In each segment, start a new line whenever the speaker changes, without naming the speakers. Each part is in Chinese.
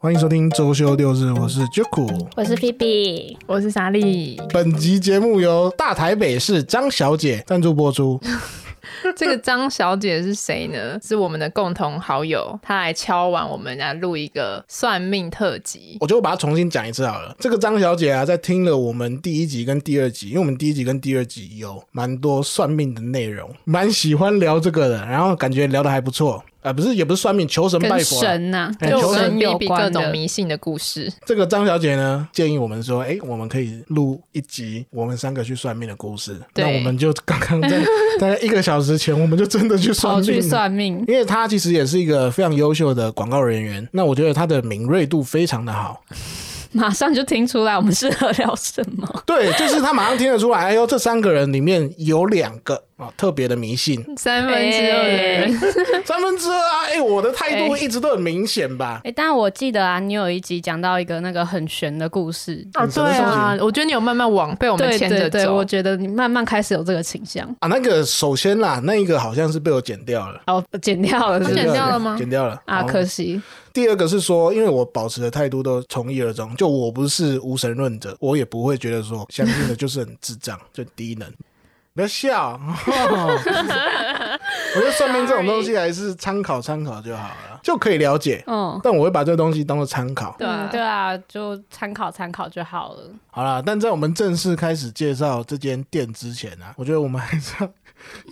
欢迎收听周休六日，我是 Jaco。
我是 Phoebe，
我是莎莉，
本集节目由大台北市张小姐赞助播出。
这个张小姐是谁呢？是我们的共同好友，她来敲完我们来录一个算命特辑。
我就把它重新讲一次好了。这个张小姐啊，在听了我们第一集跟第二集，因为我们第一集跟第二集有蛮多算命的内容，蛮喜欢聊这个的，然后感觉聊得还不错。呃，不是，也不是算命，求神拜
跟
佛啊、
神呐、
哎
跟
就
求
我
神
跟
神有
B B 各
关
种
的。
迷信的故事，
这个张小姐呢，建议我们说，哎、我们可以录一集我们三个去算命的故事。
对
那我们就刚刚 在大概一个小时前，我们就真的去算
跑去
命了。
算命，
因为他其实也是一个非常优秀的广告人员，那我觉得他的敏锐度非常的好。
马上就听出来我们适合聊什 么。
对，就是他马上听得出来，哎呦，这三个人里面有两个啊、哦特别的迷 信，
哎
三分之二的
哎
人，
啊
三分之二啊，哎，我的态度一直都很明显吧
哎、？但我记得啊，你有一集讲到一个那个很玄的故事，
啊
对啊，我觉得你有慢慢往被我们
对
牵
对
着
对，我
走。
觉得你慢慢开始有这个倾向。
啊，那个首先啦，那一个好像是被我剪掉了。
哦，剪掉了是
他
不
剪
是
掉了吗
剪掉了
啊，
好
可惜，
第二个是说，因为我保持的态度都从一而终，就我不是无神论者，我也不会觉得说相信的就是很智障，就低能。不要笑，我觉得算命这种东西还是参考参考就好了，就可以了解。
嗯，
但我会把这个东西当做参考。
对啊
嗯对啊，就参考参考就好了。
好啦，但在我们正式开始介绍这间店之前啊，我觉得我们还是要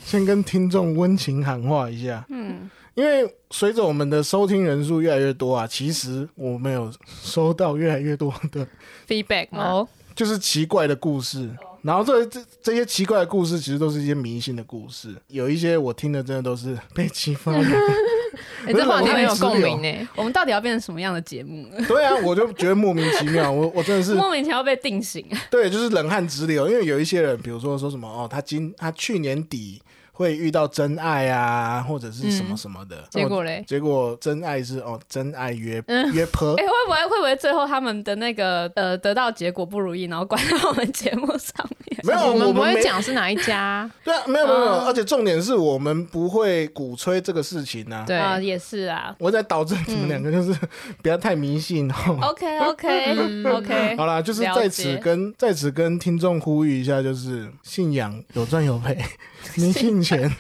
先跟听众温情喊话一下。嗯，因为随着我们的收听人数越来越多啊，其实我们有收到越来越多的，
feedback 嘛，
哦，
就是奇怪的故事。然后这这这些奇怪的故事，其实都是一些迷信的故事，有一些我听的真的都是被激发的。
哎，这话题很有
我
共
们
鸣呢。
我们到底要变成什么样的节目呢？
对啊，我就觉得莫名其妙，我我真的是
莫名其妙被定型，
对，就是冷汗直流，因为有一些人，比如说说什么哦，他今他去年底会遇到真爱啊，或者是什么什么的，那
结
我
果嘞，
结果真爱是哦，真爱约、约婆
哎、。会不会会不会最后他们的那个呃得到结果不如意，然后怪到我们节目上 面？
没有，我
们不
没
会讲是哪一 家，
对啊，没有没有没有，而且重点是我们不会鼓吹这个事情啊。
对，
啊、也是 啊。
我在导致你们两个就是、不要太迷信哦。
OK OK OK，
好啦，就是在此
了解
跟在此跟听众呼吁一下，就是信仰有赚有赔，迷信前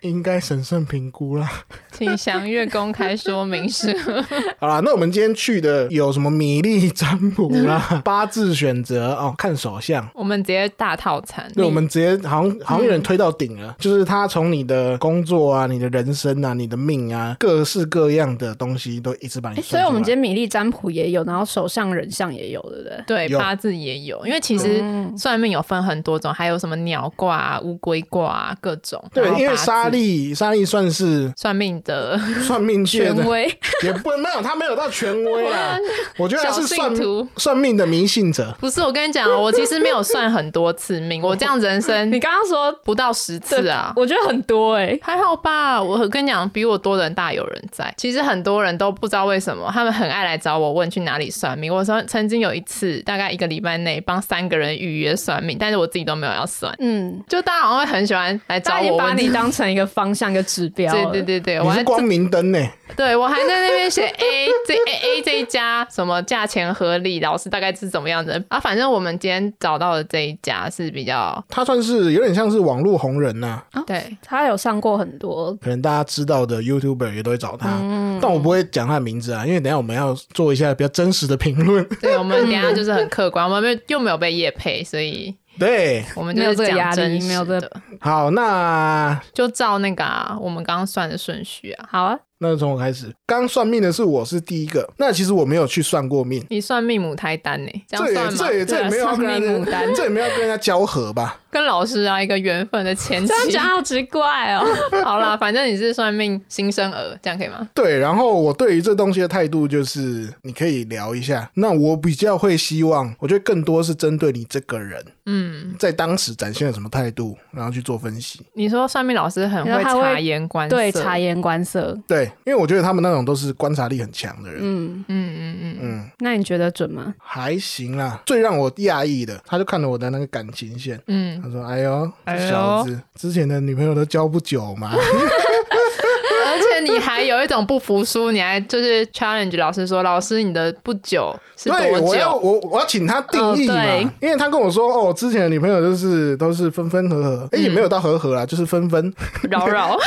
应该审慎评估啦。
请详阅公开说明是
好啦，那我们今天去的有什么米粒 占卜啦、八字选择哦，看手相。
我们直接大套餐。
对，我们直接好像好像有点推到顶了，就是他从你的工作啊、你的人生啊、你的命啊，各式各样的东西都一直把你
哎，
算
所以我们今
天
天米粒占卜也有，然后手相人相也有，对不对？
对
有
八字也有，因为其实
嗯
算命有分很多种，还有什么鸟卦、啊、乌龟卦、啊、各种。然后
对，因为
八字
莎莉莎莉算是
算命的
算命界
权
的，
威，
也不没有他没有到权威啦，我觉得他是算
小信徒
算命的迷信者。
不是我跟你讲，哦我其实没有算很多次命，我这样人
你
生
刚刚说
不到十次
对
啊。
我觉得很多哎、
还好吧，我跟你讲，比我多的人大有人在。其实很多人都不知道为什么，他们很爱来找我问去哪里算命。我说曾经有一次，大概一个礼拜内帮三个人预约算命，但是我自己都没有要算。
嗯，
就大家好像会很喜欢来找
他已
我
经把
问
你当成一个方向、一个指标了。
对对对对，我
你
还
是光明灯呢、
对我还在那边写 A 这 A A 这一家什么价钱合理，老师大概是怎么样的啊？反正我们今天找到的这一家是比较
他算是有点像是网络红人呐、
对，
他有上过很多，
可能大家知道的 YouTuber 也都会找他，
嗯
但我不会讲他的名字啊，因为等一下我们要做一下比较真实的评 论。
对我们等一下就是很客观，我们没有又没有被业配，所以
对，
我们就
没有
是
这个
讲
压
真
力，
实
没有这
的，
个。
好，那
就照那个啊，我们刚刚算的顺序啊。
好啊，
那就从我开始。刚算命的是我是第一个，那其实我没有去算过命，
你算命母胎单呢、这样
这也
算吗
这？也这也没有啊要跟
算命
人
牡
家
丹
这也没有要跟人家交合吧？
跟老师啊一个缘分的前期
这。 样讲好奇怪哦。
好啦，反正你是算命新生儿，这样可以吗？
对，然后我对于这东西的态度就是，你可以聊一下。那我比较会希望，我觉得更多是针对你这个人
嗯，
在当时展现了什么态度，然后去做分析。
你说算命老师很
然后
会
他会
察言观色，
对，察言观色。
对，因为我觉得他们那种都是观察力很强的人。
嗯，
嗯嗯嗯。
嗯
那你觉得准吗？
还行啦。最让我讶异的，他就看了我的那个感情线，
嗯，
他说：“哎呦，
哎呦
小子，之前的女朋友都交不久嘛。
而且你还有一种不服输，你还就是 challenge 老师说，老师你的不久是
对，
多
我要
久？
我我要请他定义嘛，
哦对
因为他跟我说哦，之前的女朋友就是都是分分合合，哎、也没有到合合啦，就是分分，
扰扰，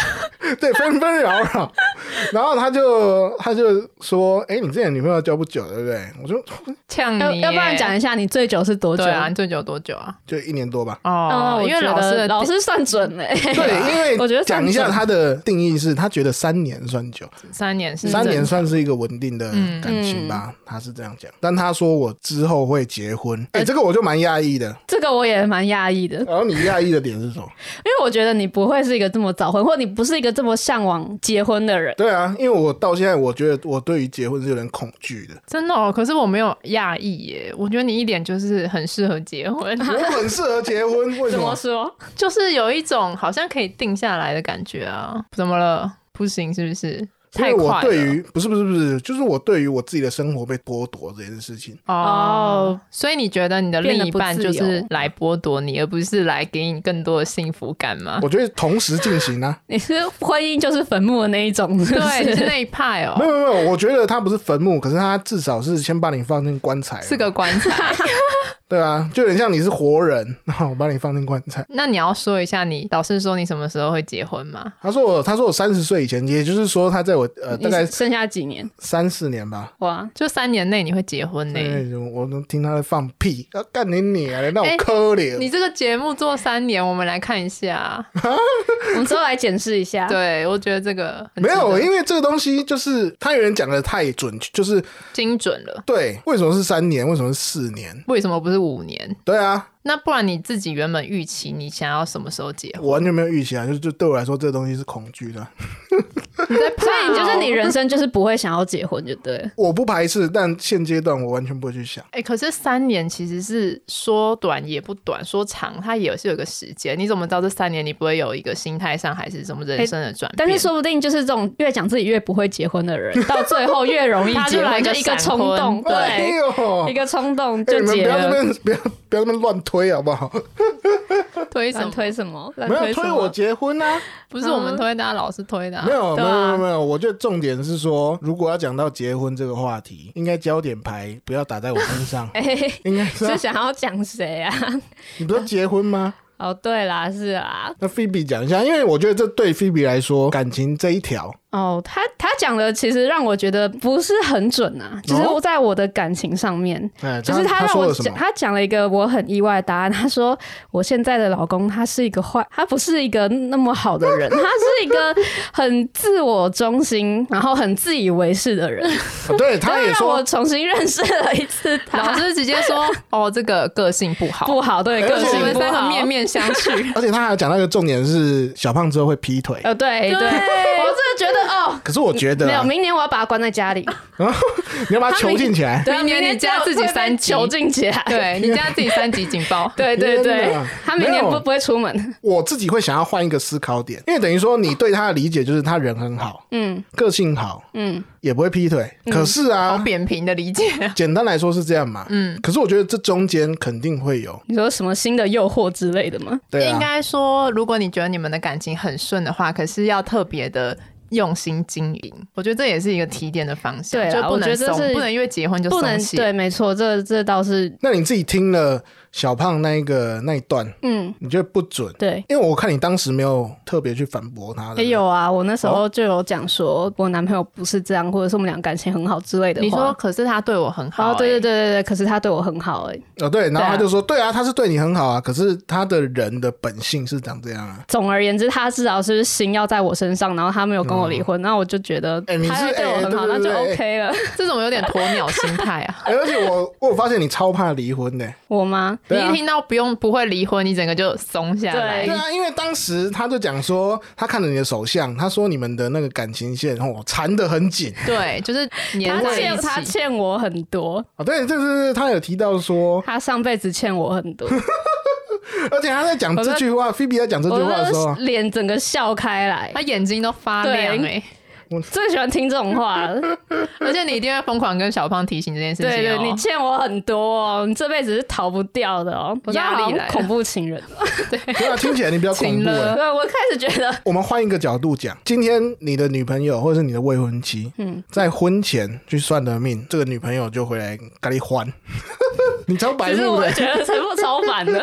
对，纷纷扰扰。 然后他就他就说：“哎、你之前的女朋友交不久，对不对？”我说
呛
要
你耶，
要不然讲一下你最久是多久？
嗯对啊，你最久多久啊？：“
就一年多吧。
哦，
我
因为
觉
老
得
师的
老师算准嘞、欸，
对，因为
我觉得算
讲一下
准
他的定义是，他觉得三年算久，
三年是
三年
正嗯
算是一个稳定的感情吧，他是这样讲。但他说我之后会结婚，
呃
哎、这个我就蛮讶异的。
这个我也蛮讶异的，因
然后你讶异的点是什么？
为我觉得你不会是一个这么早婚，或你不是一个这么向往结婚的人。
对啊，因为我到现在我觉得我对于结婚是有点恐惧 的。
真的哦，可是我没有讶异耶，我觉得你一脸就是很适合结 婚，
我很适合结婚，为什
怎么
么？
说？
就是有一种好像可以定下来的感觉啊。怎么了？不行是不是？
因
太
为
快
我
了。
对于不是不是不是，就是我对于我自己的生活被剥夺这件事情。
哦，所以你觉得你的另一半就
变得
是
不自由
来剥夺你，而不是来给你更多的幸福感吗？
我觉得同时进行啊，
你是婚姻就是坟墓的那一种，是不
对，你是
是？
那一派
没
哦，
有没有没有，我觉得他不是坟墓，可是他至少是先把你放进棺材了，
是个棺材。
对啊，就有点像你是活人，然后我把你放进棺材。
那你要说一下你，老师说你什么时候会结婚吗？
他说我，他说我三十岁以前，也就是说他在我呃大
你
概
剩下几年？
三四年吧。
哇，
就三年内你会结婚呢、
对，我能听他在放屁，要干你你啊，那
哎
我可怜。
你这个节目做三年，我们来看一下。
我们之后来检视一下。
对，我觉得这个很
没有，
值得
因为这个东西就是他有人讲的太准，就是
精准了。
对，为什么是三年，为什么是四年？
为什么不是五年？
对啊，
那不然你自己原本预期你想要什么时候结婚？
我完全没有预期啊，就就对我来说，这个东西是恐惧的。
你在怕
所以你就是你
哦
人生就是不会想要结婚，就对了。
我不排斥，但现阶段我完全不会去想。
哎、可是三年其实是说短也不短，说长它也是有个时间。你怎么知道这三年你不会有一个心态上还是什么人生的转变？
哎但是说不定就是这种越讲自己越不会结婚的人，到最后越容易
他就
结
来
婚，
个
就一个
闪
冲
婚
动，
对
哎
对，
呦，
一个冲动
哎
就
你们
结
不要这
了。
边不要不要那么乱推好不好？
推什
想
么？
推什么？
没
乱
有
什
推
么
我结婚啊，
不是我
嗯
们推的、啊，老师推的、啊
没。有没
对
有
啊，
没有没有，我觉得重点是说，如果要讲到结婚这个话题，应该焦点牌不要打在我身上
哎、
应该是啊
是想要讲谁啊？
你不是结婚吗？
哦，对啦，是啊啦。
那菲比讲一下，因为我觉得这对菲比来说，感情这一条，
哦，他他讲的其实让我觉得不是很准啊，就是我在我的感情上面，
哎，
就是
哦他
他让
说
我
了什
讲，
么？
他讲了一个我很意外的答案。他说我现在的老公他是一个坏，他不是一个那么好的 人，他是一个很自我中心，然后很自以为是的人。
哦对，他也
让我
说，
重新认识了一次
老
他，
师直接说：“哦，这个个性不好。
不好，对，
而且
个
不好
我
性
们
不
三个
好
面面相觑。
而且他还讲到一个重点是，小胖之后会劈腿。
呃，对对，我真的觉得哦。
可是我觉得
没有，
啊，
明年我要把他关在家里。
你要把他囚禁起来。
对啊
明年你家自己三级
囚禁起来。
对你家自己三级警 报。
啊
对对
天
对
哪，
他明年
没
不
有
不会出门。
我自己会想要换一个思考点，因为等于说你对他的理解就是他人很好，
嗯
个性好，
嗯，
也不会劈腿。可是
好
啊，
扁平的理解，
简单来说是这样嘛。嗯，可是我觉得这中间肯定会有，
你说什么新的诱惑之类的吗？
对
应
啊，
该说，如果你觉得你们的感情很顺的话，可是要特别的用心经营。我觉得这也是一个提点的方向，
对啊
就不
我觉
能
得这
松，
是
不能因为结婚就
不能
松懈。
对，没错，这这倒是
那你自己听了小胖那一个那一段，
嗯，
你觉得不准？
对。
因为我看你当时没有特别去反驳他的，
也有啊，我那时候就有讲说，我男朋友不是这样，或者是我们俩感情很好之类的话。
你说，可是他对我很好、哎
哦，对对
对，
对对对，可是他对我很好哎、欸。
哦，对，然后
对
他
啊
就说，对啊，他是对你很好啊，可是他的人的本性是长这样啊。
总而言之，他至少是心要在我身上，然后他没有跟我离婚，那我就觉得
哎你是
他会对我很好，
哎对
那
对
就
对对
OK 了。
这种有点鸵鸟心态啊。
哎而且我我有发现你超怕离婚的、
我吗？
你
对啊
一听到不用不会离婚，你整个就松下来
对。啊，因为当时他就讲说，他看了你的手相，他说你们的那个感情线哦缠得很紧
对，就是
他
黏在
欠他
一起。
欠我很多，
哦。对，就是他有提到说，
他上辈子欠我很多，
而且他在讲 这句话，菲比在讲这句
我
话的时候
的，脸整个笑开来
他。眼睛都发亮
对
哎、
最喜欢听这种话了。
而且你一定会疯狂跟小胖提醒这件事情、哦。
对对，你欠我很多、哦，你这辈子是逃不掉的哦。我
压力
好像
来了
恐怖 情人，
对啊，听起来你比 较恐
请
怖、欸
了。
对我开始觉得
我们换一个角度讲，今天你的女朋友或者是你的未婚妻，嗯，在婚前去算了命，这个女朋友就回来跟你还， 你超白
其实
目欸
我
的。啊
觉得陈父超 烦的，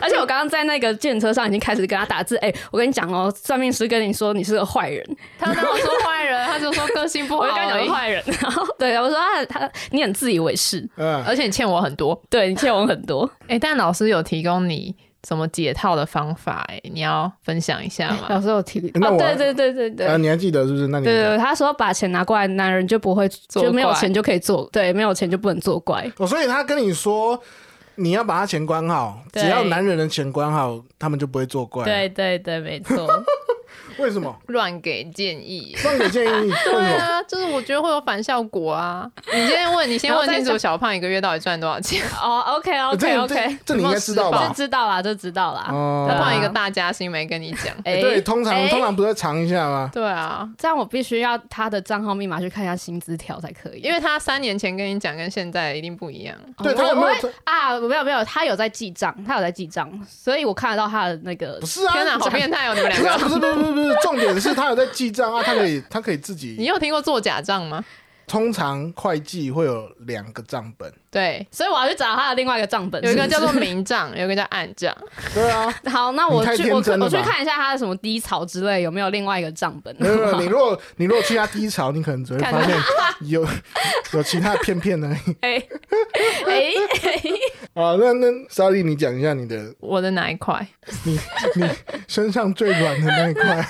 而且我刚刚在那个电车上已经开始跟他打字。哎、我跟你讲哦，算命师跟你说你是个坏人，
他跟我说坏人，他就说个性不好
我
而
就
已，
跟他讲是坏人，然后对，我说他他你很自以为是，
嗯，
而且你欠我很多。
对你欠我很多。
哎、但老师有提供你怎么解套的方法、欸，哎，你要分享一下 吗？
老师有提，
那
哦
我，
对对对对对。
啊，你还记得是不是？那你
对对对，他说把钱拿过来，男人就不会
作
就没有
怪
钱就可以做，对，没有钱就不能做怪。
哦，所以他跟你说。你要把他钱管好，
对
只要男人的钱管好，他们就不会作 怪。，
对对对，没错。
为什么？
乱给建议、
乱给建议，为 什
对
么？
啊，就是我觉得会有反效果啊。你先问，你先问清楚小胖一个月到底赚多少钱。
哦，OK
这
OK
个
OK，
这这你应该知道
这
吧？
知道啦，这知道啦。
哦
小胖一个大加薪没跟你讲。
啊哎
欸对，通常
哎
通常不是藏一下吗？
对啊，
这样我必须要他的账号密码去看一下薪资条才可以，
因为他三年前跟你讲跟现在一定不一样。
对他有没有
哦我会啊？我没有没有，他有在记账，他有在记账，所以我看得到他的那个
不。是啊，
天哪，好
不
变态哦！你们两
是啊，
个，
不是不是不是不是，重点是他有在记账啊，他可以他可以自
你
己。
有听过做假账吗？
通常会计会有两个账本，
对，
所以我要去找他的另外一个 账本，
有一个
是不
叫
是
做明账， 有一个叫暗账。
对啊，
好，那我
你太
去
天
我
真了
我去
吧
看一下他的什么低潮之类有没有另外一个账 本。
没有没有，你如果你如果去他低潮，你可能只会发现有有其他的片片而已。
哎哎，
啊，那那莎莉，你讲一下你的
我的哪一块？
你你身上最软的那一 块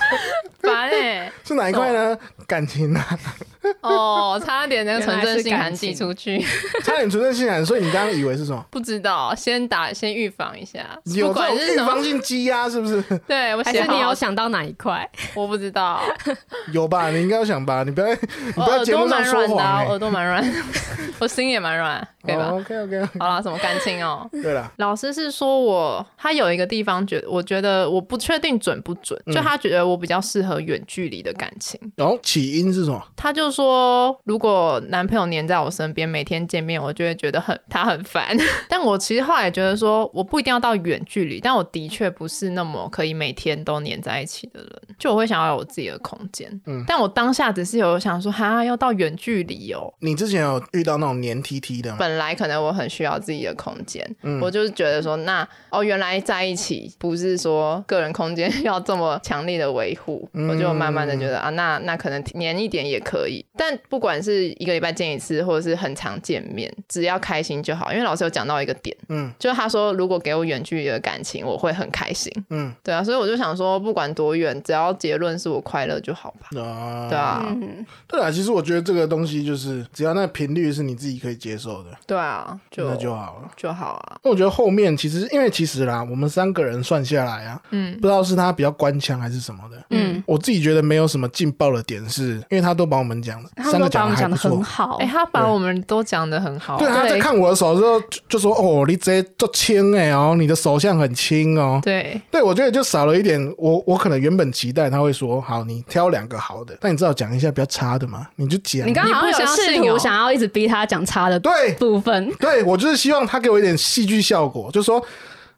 烦哎！
是哪一块呢？感情啊，
哦，差点那个
原来
纯
是
正信函
感
寄
情
出去。
差点纯正性感，所以你刚刚以为是什么？
不知道，先打先预防一下，
有这
不管
种
是
预
什
防
么，
性积压是不 是？
对我
还
写
是你
好
有，想到哪一块？
我不知道，
有吧？你应该有想吧？你不要你
我
不要
耳
节
朵
目
蛮
上说
软的
谎哦
啊，
哎、
我耳朵蛮软， 我心也蛮软，对吧？
OK OK，
好了，什么感情哦？
对了，
老师是说我，他有一个地方觉，我觉得我不确定准不准，就他觉得我比较适合远距离的感情。
然后起因是什么？
他就说，如果男朋友黏在我身边，每天见面，我就会觉得很他很烦。 但我其实后来觉得说，我不一定要到远距离，但我的确不是那么可以每天都黏在一起的人，就我会想要有我自己的空间。嗯，但我当下只是有想说，哈，要到远距离哦。
你之前有遇到那种黏 T T 的吗？
本来可能我很需要自己的空间，
嗯
我就是觉得说，那哦，原来在一起不是说个人空间 要这么强力的维护，我就慢慢的觉
嗯
得啊，那那可能黏一点也可以，但不管是一个礼拜见一次，或者是很常见面，只要开心就好。因为老师有讲到一个点，
嗯
就是他说如果给我远距离的感情，我会很开心，
嗯，
对啊，所以我就想说，不管多远，只要结论是我快乐就好吧，
啊
对啊，
嗯，
对啊，其实我觉得这个东西就是，只要那个频率是你自己可以接受的，
对啊，就
那就好了。
就好啊，
那我觉得后面其实，因为其实啦，我们三个人算下来啊，
嗯
不知道是他比较官腔还是什么的，
嗯，
我自己觉得没有什么劲爆的点是，因为他都把我们讲
他
三
们
个
都把我
的
们
还
讲
不
的很
错，
好
哎、，他把我们都讲的很好，
对，啊他在
对
看我的手的时候就就说：“哦，你这做轻哎哦，你的手相很轻哦。”
对。
对，我觉得就少了一点。我我可能原本期待他会说，好，你挑两个好的，但你至少讲一下比较差的嘛，你就讲。
你刚刚好像
你
有
不相信
试图
哦
想要一直逼他讲差的
对
部分，
对，我就是希望他给我一点戏剧效果，就说，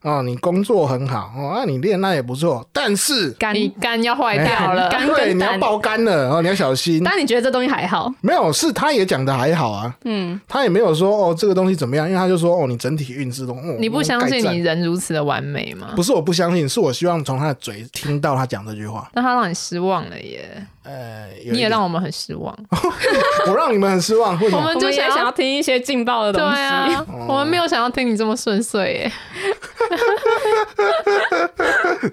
哦，你工作很好，哦，啊，你恋爱也不错，但是，
干
你肝要坏掉了，
肝
对，
跟
你要
胆
爆肝了，哦，你要小心。
但你觉得这东西还好？
没有，是他也讲的还好啊，嗯，他也没有说哦这个东西怎么样，因为他就说哦你整体运势都，哦、
你不相信
改善
你人如此的完美吗？
不是我不相信，是我希望从他的嘴听到他讲这句话，
那他让你失望了耶，
呃，有一
你也
点
让我们很失望。
我让你们很失望，为什么
我？们
就
就
想
想要
要听一些劲爆的
对
东西。
啊，
哦
我们没有想要听你这么顺遂耶。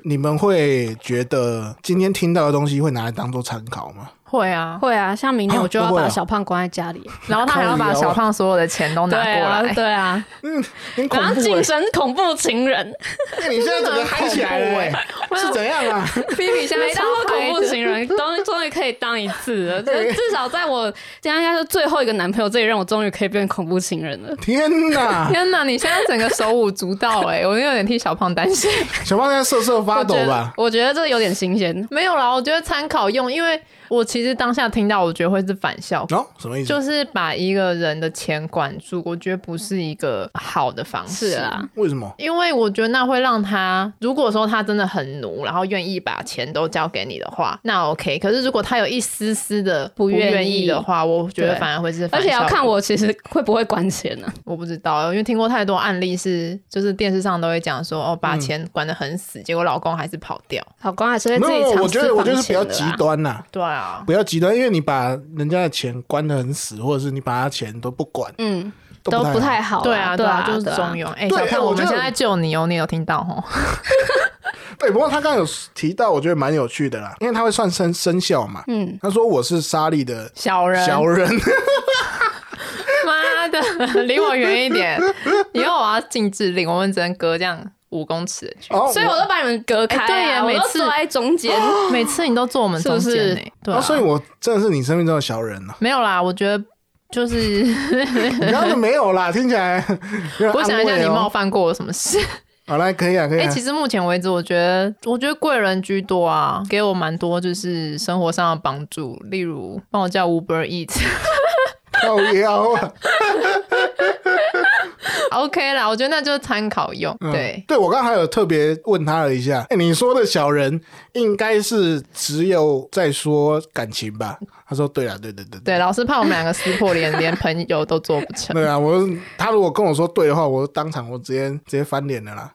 你们会觉得今天听到的东西会拿来当做参考吗？
会啊，
会啊，像明年我就要
会啊
把小胖关在家里。
然后他还要把小胖所有的钱
哦
都拿
对
过
啊，
来，
对啊，
很恐
然后
怖、
晋
欸，
升恐怖情 人，
哎你现在整个嗨起来了、欸，是怎样啊？
比比现在
没当过
超
恐
嗨
怖
的
情人，终于终于可以当一次 了，就是至少在我这样应该说最后一个男朋友这里，让我终于可以变恐怖情人了。
天 哪！
天哪，你现在整个手舞足蹈哎、我有点替小胖担心。
小胖在瑟瑟发抖吧？
我觉得这有点新鲜，
没有啦，我觉得参考用，因为我其实当下听到，我觉得会是反效果。
哦，什么意思？
就是把一个人的钱管住，我觉得不是一个好的方式
是啊，
为什么？
因为我觉得那会让他，如果说他真的很奴，然后愿意把钱都交给你的话，那 OK。可是如果他有一丝丝的
不愿意
愿意的话，我觉得
对
反而会是反
而且要
效果
看我其实会不会管钱呢、
我不知道，因为听过太多案例是，就是电视上都会讲说，
嗯
哦，把钱管得很死，结果老公还是跑掉。
老公还是啊会自
没
己
有，
尝
我
试
觉得我
放
觉得是比
钱
较
的
极
啦
端呐、
对啊，
不要极端，因为你把人家的钱关得很死，或者是你把他钱都不管，
嗯，
都
都
不
不
太
太好啦，
对啊，
对啊，
啊，就是
对啊
中庸。哎、
对
小
哎
胖，
我
我
觉
们
得
现在救你哦，你 有听到吼？
对，不过他刚刚有提到，我觉得蛮有趣的啦，因为他会算生生肖嘛。
嗯，
他说我是莎莉的
小人，
小人，
妈的，离我远 一点！以后我要禁制令，我们只能隔这样五公尺的距
哦，
所以我都把你们隔开、啊
哎对耶
我
每
都
次哦
坐在中间。
离。每次你都坐我们中间、
是
欸，
不是
对、
啊
啊，
所以我真的是你生命中的小人哦、
没有啦，我觉得就是
哦你刚刚就没有啦，听起来有点安慰哦。
我想一下，你冒犯过我什么事？
好来可以啊，可以、
哎、
啊。
其实目前为止，我觉得我觉得贵人居多啊，给我蛮多就是生活上的帮助，例如帮我叫 Uber Eat，OK、
靠腰啊，
OK 啦，我觉得那就是参考用。
嗯
对，
对，我刚刚还有特别问他了一下，哎、你说的小人应该是只有在说感情吧？他说对啊，对对对
对，老师怕我们两个撕破脸，连朋友都做不成。
对啊，我他如果跟我说对的话，我当场我直接直接翻脸了啦，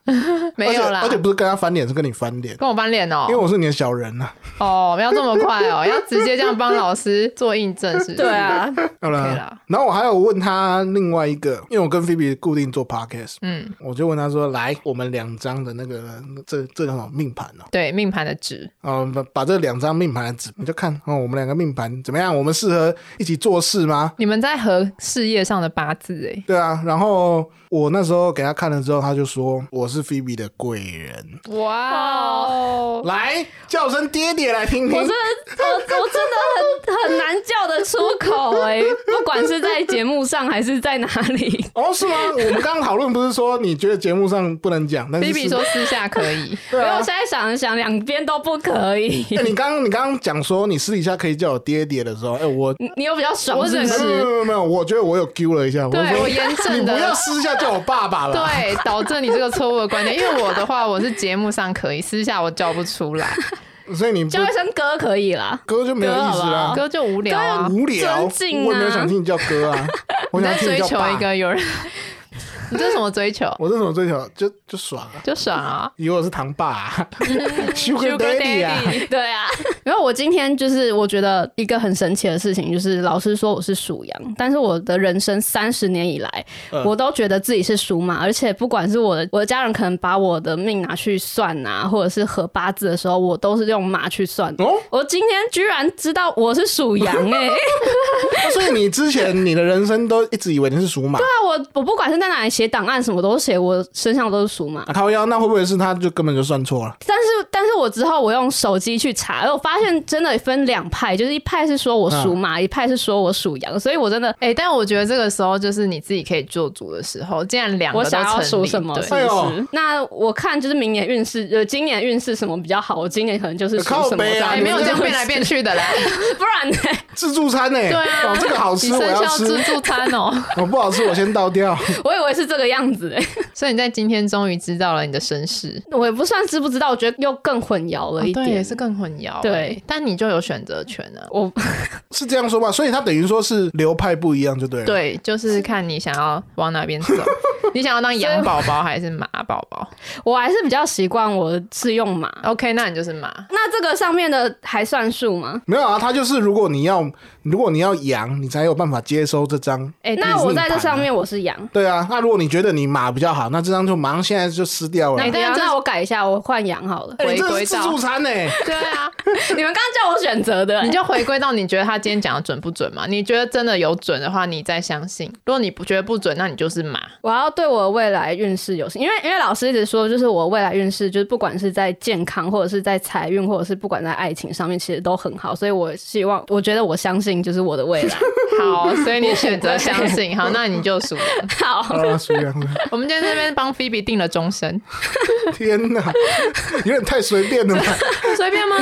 没有啦，
而且而且不是跟他翻脸，是跟你翻脸，
跟我翻脸哦、
因为我是你的小人啊呐、
哦，不要这么快哦，要直接这样帮老师做印证是不是？
对，啊，
好了
OK 啦
然后我还有问他另外一个，因为我跟菲比固定做 podcast，
嗯，
我就问他说：“来，我们两张的那个这这叫什么命盘哦、
对，命盘的值，
嗯，把把这两张命盘的纸，你就看哦，我们两个命盘怎么样？我们适合一起做事吗？
你们在合事业上的八字哎，
对啊。然后我那时候给他看了之后，他就说我是菲比的贵人，
哇哦，
来叫声爹爹来听听。
我真的，我我真的很很难叫得出口哎、不管是在节目上还是在哪里，
哦，是吗？我们刚刚讨论不是说你觉得节目上不能讲，但是
比比
是
说私下可 以，
因
对
为
啊
我。现在想一想，两边都不可以。
哎、你刚刚你刚刚讲说你私底下可以叫我爹爹的时候，哎、我
你你有比较
我
爽是
整
不
个
没有没
是？
有没有没有，我觉得我有丢了一下，我就
对
说
我严
你
正
不要
的。
私下叫我爸爸了。
对，导致你这个错误的观点，因为我的话，我是节目上可以，私下我叫不出来，
对，所以你不
叫一声哥可以啦，
哥就没有意思
哥
啦
好不好。
哥就无聊啊。
无聊，
尊敬啊
我也没有想听你叫哥 啊，我
你
想
在
听
追
叫
求
爸。
一个有人，你这是什么追求？
我这怎么追求？就就爽啊！
就 爽啊
以为我是堂爸、 啊、，Sugar
，Sugar
Daddy 啊，
Daddy，
对啊， 然后我今天就是我觉得一个很神奇的事情，就是老师说我是属羊，但是我的人生三十年以来，
嗯
我都觉得自己是属马，而且不管是我的我的家人可能把我的命拿去算啊，或者是合八字的时候，我都是用马去算的。
哦，
我今天居然知道我是属羊哎、
那所以你之前你的人生都一直以为你是属马，
啊
那我我不管是在哪里写档案什么，都写我身上都是属马。
啊靠腰，那会不会是他就根本就算错了？
但是，但是我之后我用手机去查，然后我发现真的分两派，就是一派是说我
嗯
属马，一派是说我属羊，所以我真的
哎、但我觉得这个时候就是你自己可以做主的时候，既然两个
我
都
想要
成
属
立，
什么，
对
是不
哎
是？
呦
那我看就是明年运势，呃，今年运势什么比较好，我今年可能就是属
靠
什么
北啊
这
哎、
样
你
没有
们
这
这
样
个
变来变去 的啦。
不然呢？
自助餐呢、
对啊，
哦，这个好吃，
你
我
生
要
肖
吃
自，助餐哦。
哦不好吃，我先倒掉。
我以为是这个样子、欸，
所以你在今天终于知道了你的身世，
我也不算知不知道，我觉得又更混淆
哦
了一
哦对，也
点。
是更混淆。欸
对，
但你就有选择权啊。
我
是这样说吧，所以他等于说是流派不一样，就对了。，
对，就是看你想要往哪边走，你想要当羊宝宝还是马宝宝
我还是比较习惯我是用马。
？OK，那你就是马。
那这个上面的还算数吗？
没有啊，他就是如果你要如果你要羊，你才有办法接收这张。
哎、
那我在
你
这
是马
上面我是羊，
对啊，那如果你觉得你马比较好，那这张就马上现在就撕掉了。
那
哎
不要
但这
那我改一下，我换羊好了。
哎你
回
这
归
是自
到
助餐呢、
对啊，
你们刚刚叫我选择的、
你
欸，
就回归到你觉得他今天讲的准不准嘛？你觉得真的有准的话，你再相信；如果你不觉得不准，那你就是马。
我要对我未来运势有信，因为因为老师一直说，就是我未来运势，就是不管是在健康，或者是在财运，或者是不管在爱情上面，其实都很好，所以我希望，我觉得我相信就是我的 未来。
好，所以你选择相信。好，那你就输了。
好，
好啦，属羊了。
我们今天这边帮菲比定了终身，
天哪， 有点太随便 了吧？
随便吗？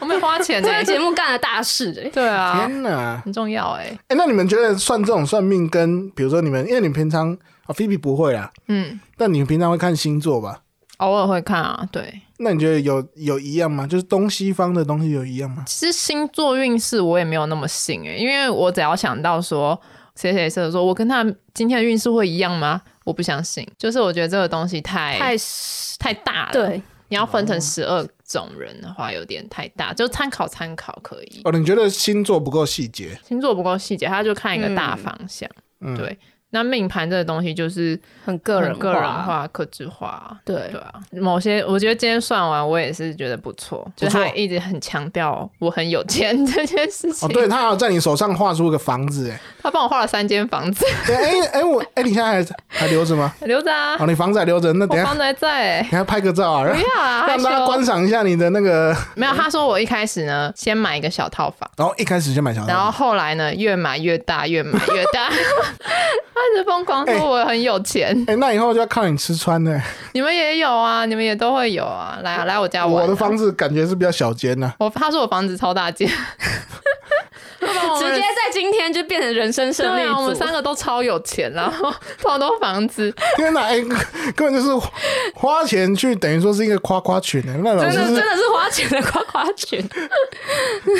我们有花钱呢、
这个节目干了大事、欸，
对啊，
天哪！
很重要哎、
哎、那你们觉得算这种算命跟，比如说你们，因为你们平常啊，菲比不会啦，
嗯，
但你们平常会看星座吧？
偶尔会看啊，对。
那你觉得有有一样吗？就是东西方的东西有一样吗？
其实星座运势我也没有那么信诶、因为我只要想到说谁谁谁说我跟他今天的运势会一样吗？我不相信，就是我觉得这个东西太
太
太大了。，
对，
你要分成十二种人的话，有点太大，就参考参考可以。
哦，你觉得星座不够细节？
星座不够细节，他就看一个大方向。
嗯，
对那命盘这个东西就是
很个人
很个人，化、克制化。
对
对啊，某些我觉得今天算完，我也是觉得不错，
不错
就是他一直很强调我很有钱这件事情。
哦，对，他要在你手上画出一个房子，哎，
他帮我画了三间房子，
对，哎哎，我哎，你现在还还留着吗？
留着啊，
哦，你房子还留着，那
我
等一下
房子还在、 欸
等。一下拍个照啊，
不
让
要啊，害
让大家
羞。
观赏一下你的那 个。
没有，他说我一开始呢，先买一个小套房，
然后一开始就买小套
然后
房，
后来呢，越买越大，越买越 大。他一直疯狂说我很有钱，
哎，那以后就要靠你吃穿呢。
你们也有啊，你们也都会有啊。来啊，来我家玩啊、
我的房子感觉是比较小间呐，
我他说我房子超大 间，
直接在今天就变成人生
对
胜利
啊，我们
组。
三个都超有钱，然后 超多房子，
天哪，哎，根本就是花钱去，等于说是一个夸夸群哎。那老
真的
师
真的是花钱的夸夸群，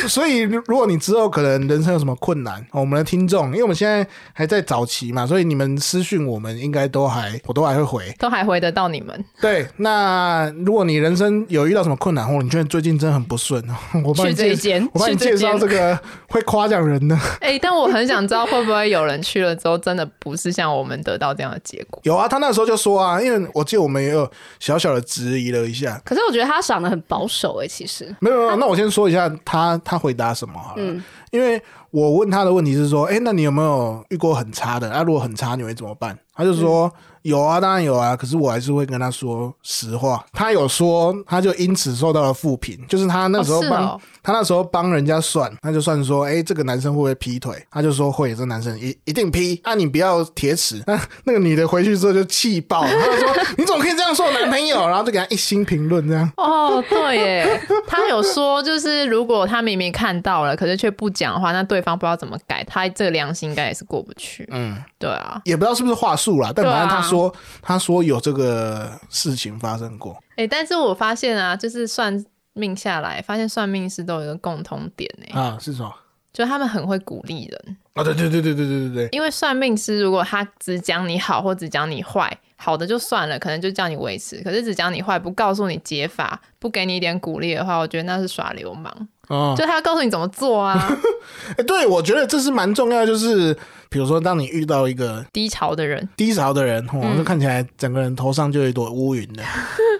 所以，如如果你之后可能人生有什么困难，哦我们的听众，因为我们现在还在早期嘛，所以你们私讯我们应该都还，我都还会回。
都还回得到 你们。
对，那如果你人生有遇到什么困难，或者你觉得最近真的很不顺，我帮你
去这一
介
间，
我帮你
去这
介
间
绍这个会夸奖人的。
哎、但我很想知道会不会有人去了之后，真的不是像我们得到这样的结果。
有啊，他那时候就说啊，因为我记得我们也有小小的质疑了一下。
可是我觉得他想的很保守哎、其实
没有没有，那我先说一下他他回答什么好了，
嗯
因为我问他的问题是说，哎、那你有没有遇过很差的？那、啊如果很差，你会怎么办？他就说、
嗯
有啊，当然有啊，可是我还是会跟他说实话。他有说，他就因此受到了负评，就是他那时候
哦是
帮、
哦
他那时候帮人家算，他就算说，哎、这个男生会不会劈腿？他就说会，这男生一一定劈。啊，你不要铁齿。那那个女的回去之后就气爆，她就说你怎么可以这样说我男朋友？然后就给他一星评论这样。
哦，对耶，他有说，就是如果他明明看到了，可是却不讲的话，那对方不知道怎么改，他这个良心应该也是过不去。
嗯，
对啊，
也不知道是不是话术啦，但
对啊
反正他说、他说有这个事情发生过，
哎、但是我发现啊，就是算命下来，发现算命师都有一个共通点呢、
啊，是什么？
就他们很会鼓励人。
啊，对对对对对对对对，
因为算命师如果他只讲你好或只讲你坏，好的就算了，可能就叫你维持；可是只讲你坏，不告诉你解法，不给你一点鼓励的话，我觉得那是耍流氓。
啊，
就他要告诉你怎么做啊，
哎对我觉得这是蛮重要的，就是比如说当你遇到一个
低潮的人，
低潮的人，哦，
嗯
就看起来整个人头上就有一朵乌云 的，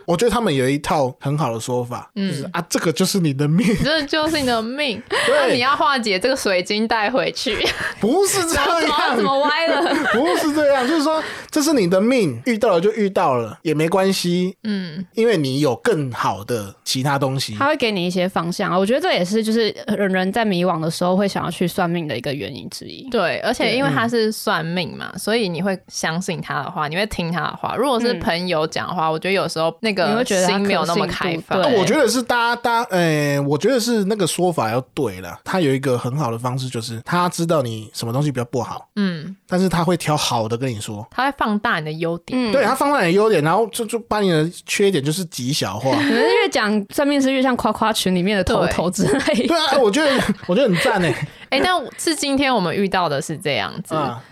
我觉得他们有一套很好的说法，
嗯
就是啊，这个就是你的 命，
这就是你的命。那
对，
你要化解这个水晶带回去，
不是这
哇，
样。
怎么歪了？
不是这样，就是说这是你的命，遇到了就遇到了，也没关系，
嗯，
因为你有更好的其他东西。
他会给你一些方向啊，我觉得这也是就是人人在迷惘的时候会想要去算命的一个原因之一。
对，而且
嗯
因为他是算命嘛，所以你会相信他的话，你会听他的话。如果是朋友讲的话，我觉得有时候
嗯
那
你
个
会觉得他
心没有那么
可信
开
度
放。
对
啊我觉得是大家，大家，诶、我觉得是那个说法要对了。他有一个很好的方式，就是他知道你什么东西比较不好，
嗯，
但是他会挑好的跟你说。
他会放大你的优
嗯，
点。
对他放大你的优点，然后就就把你的缺点就是极小化。
可是越讲算命是越像夸夸群里面的头头之类
对
的。
啊，我觉得我觉得很赞诶、
哎、但是今天我们遇到的是这样子，嗯、
啊，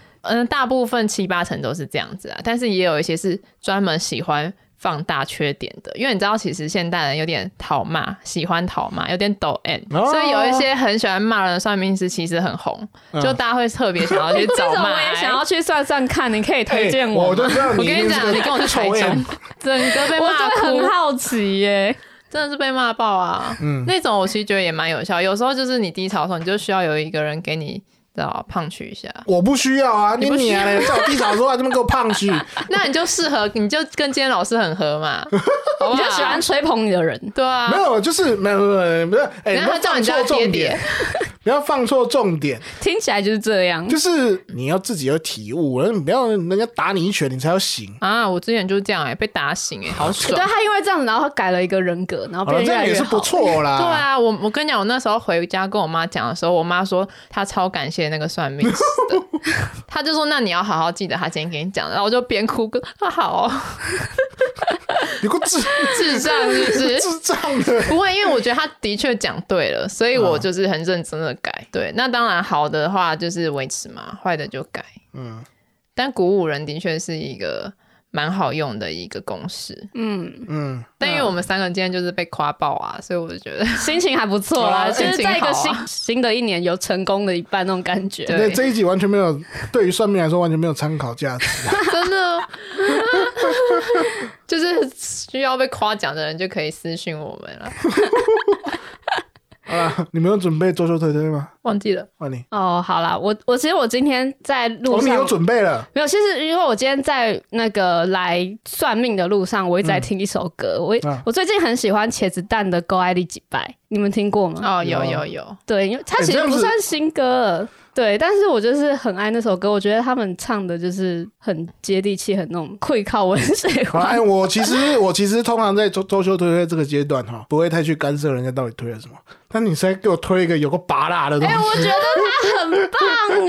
大部分七八成都是这样子啊，但是也有一些是专门喜欢放大缺点的，因为你知道，其实现代人有点讨骂，喜欢讨骂，有点抖 N，、
哦
所以有一些很喜欢骂人的算命师其实很红，
嗯
就大家会特别想要去 找
这种
骂、哎
我也想要去算算看，你可以推荐
诶
我
我
吗？
就知道
我
你一
跟你
定是
讲，
个欸
你跟我去台
丑 M
中，整个被
我
骂
真的
哭
很。好奇耶、
真的是被骂爆啊！嗯，那种我其实觉得也蛮有效。有时候就是你低潮的时候，你就需要有一个人给你，知道胖去一下。
我不需要啊，你
不需
你
要
啊嘞，在我低潮的时候还这么给我胖去，
那你就适合，你就跟今天老师很合嘛，好 不好
你就喜欢吹捧你的人，
对啊
没，有，就是没有没有没有，哎，
然
不
后
要
他叫
放
你
错
家爹
重
爹
点，，不要放错重点，
听起来就是这样。
就是你要自己有体悟，然后你不要人家打你一拳，你才要醒。
啊！我之前就是这样哎、被打醒哎、好爽
对。他因为这样，子，然后改了一个人格，然后
好了，
哦变
这
得越
样
来
也
越
是不
好。
错啦。
对，啊，我我跟你讲，我那时候回家跟我妈讲的时候，我妈说她超感谢那个算命师 的，她就说那你要好好记得她今天给你讲的，然后我就边哭跟啊好哦、
有个智
智障是不是？
智障的。
不会，因为我觉得他的确讲对了，所以我就是很认真的改。对，那当然好的话就是维持嘛，坏的就改。嗯，但鼓舞人的确是一个蛮好用的一个公式。
嗯，
嗯，
但因为我们三个今天就是被夸爆啊，所以我就觉得
心情还不错啦，
对啊
就是
心情
在一个
好
新
啊
新的一年有成功的一半那种感觉。
对
对这一集完全没有，对于算命来说完全没有参考价值。
真的， 就是需要被夸奖的人就可以私信我们了。
好了，你们有准备周周推推吗？
忘记了，
换你，
哦，好啦，我我其实我今天在路
哦，你
上
有准备了。
没有，其实因为我今天在那个来算命的路上，我一直在听一首歌。我、
嗯啊
我最近很喜欢茄子蛋的《够爱丽几拜》，你们听过吗？
哦，
有
有
啊
有有，
对，因为它
哎
其
这
实
样
不
子
算新歌了对，但是我就是很爱那首歌，我觉得他们唱的就是很接地气，很那种会靠温 水
好啦，
话
哎，。我其实我其实通常在周周休推推这个阶段哈，不会太去干涉人家到底推了什么。但你现在给我推一个有个拔辣的东
哎、
西，
我觉得他很 棒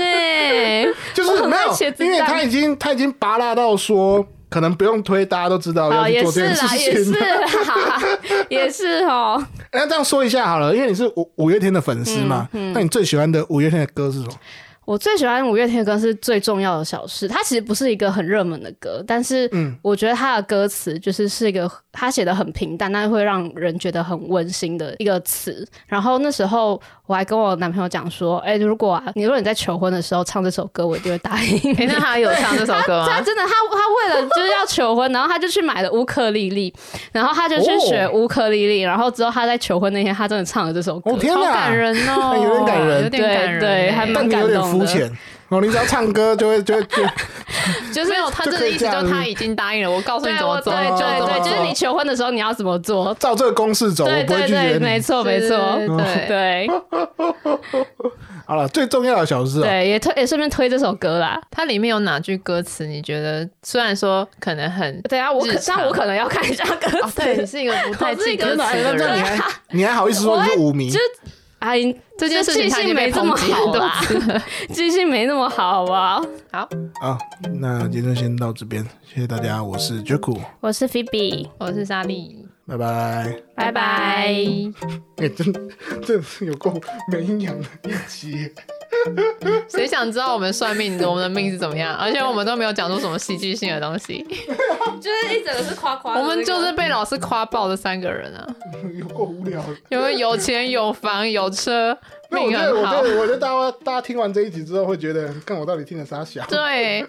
哎、
就是
我
没
很爱茄
有，
子
因为
蛋
他已经他已经拔辣到说，可能不用推，大家都知道要
哦，
去
也
做
是
这件事
啦，也
情
是
了。
啦，也是哦。
哎那这样说一下好了，因为你是五五月天的粉丝嘛，
嗯
那你最喜欢的五月天的歌是什么？
我最喜欢五月天的歌是《最重要的小事》，它其实不是一个很热门的歌，但是
嗯
我觉得它的歌词就是是一个他写的很平淡，但是会让人觉得很温馨的一个词。然后那时候我还跟我男朋友讲说，哎、如果、啊、你如果你在求婚的时候唱这首歌，我一定会答应 你。
哎、那他有唱这首 歌
他
吗？
真的，他他为了就是要求婚，然后他就去买了乌克丽丽，然后他就去学乌克丽丽，然后之后他在求婚那天，他真的唱了这首歌。
哦天
好
哪
感，人哦，
有点感人
有点感人
对对
欸，
还蛮
但你有点
感动
肤
的
浅哦，你只要唱歌就会就会 就会
就是没有，他
就
真
可
的
以
意
这
思
样
就是他
子
已经答应了，我告诉
对啊
你怎
我
么
对
做，啊你就
对
这么
对，就是
做
你求婚的时候你要怎么做？
照这个公式走，我
对
不会
对
拒
对，
绝
没错没错哦
是，对
对
你。好了，最重要的小事哦，
对，也推也顺便推这首歌啦。
它里面有哪句歌词？你觉得虽然说可能很
对啊，我可
日常
但我可能要看一下歌
哦，对你
词。
是一个不太
我是
记
一个
歌
真
词
的，哎那
的
这样你
人，
还你还好意思说你是舞迷
就？阿姨，
这件事情
记
他已
性
经
没
被
哎这么
抨击
好
很多
啦，
次 了。
记性没那么好，好不好？
好，
啊，那今天先到这边，谢谢大家，我是 Jaku，
我是菲比，
我是莎莉，
拜拜。
拜拜。
哎、真真是有够没营养的一集，
谁想知道我们算命我们的命是怎么样？而且我们都没有讲出什么戏剧性的东西，
就是一整个是夸夸
我们就是被老师夸爆的三个人啊，
有够无聊的。
有没有有钱有房有车，
那我
命
觉得，
很
我觉。
好
得，我觉得大家大家听完这一集之后会觉得，看我到底听了啥小。
对，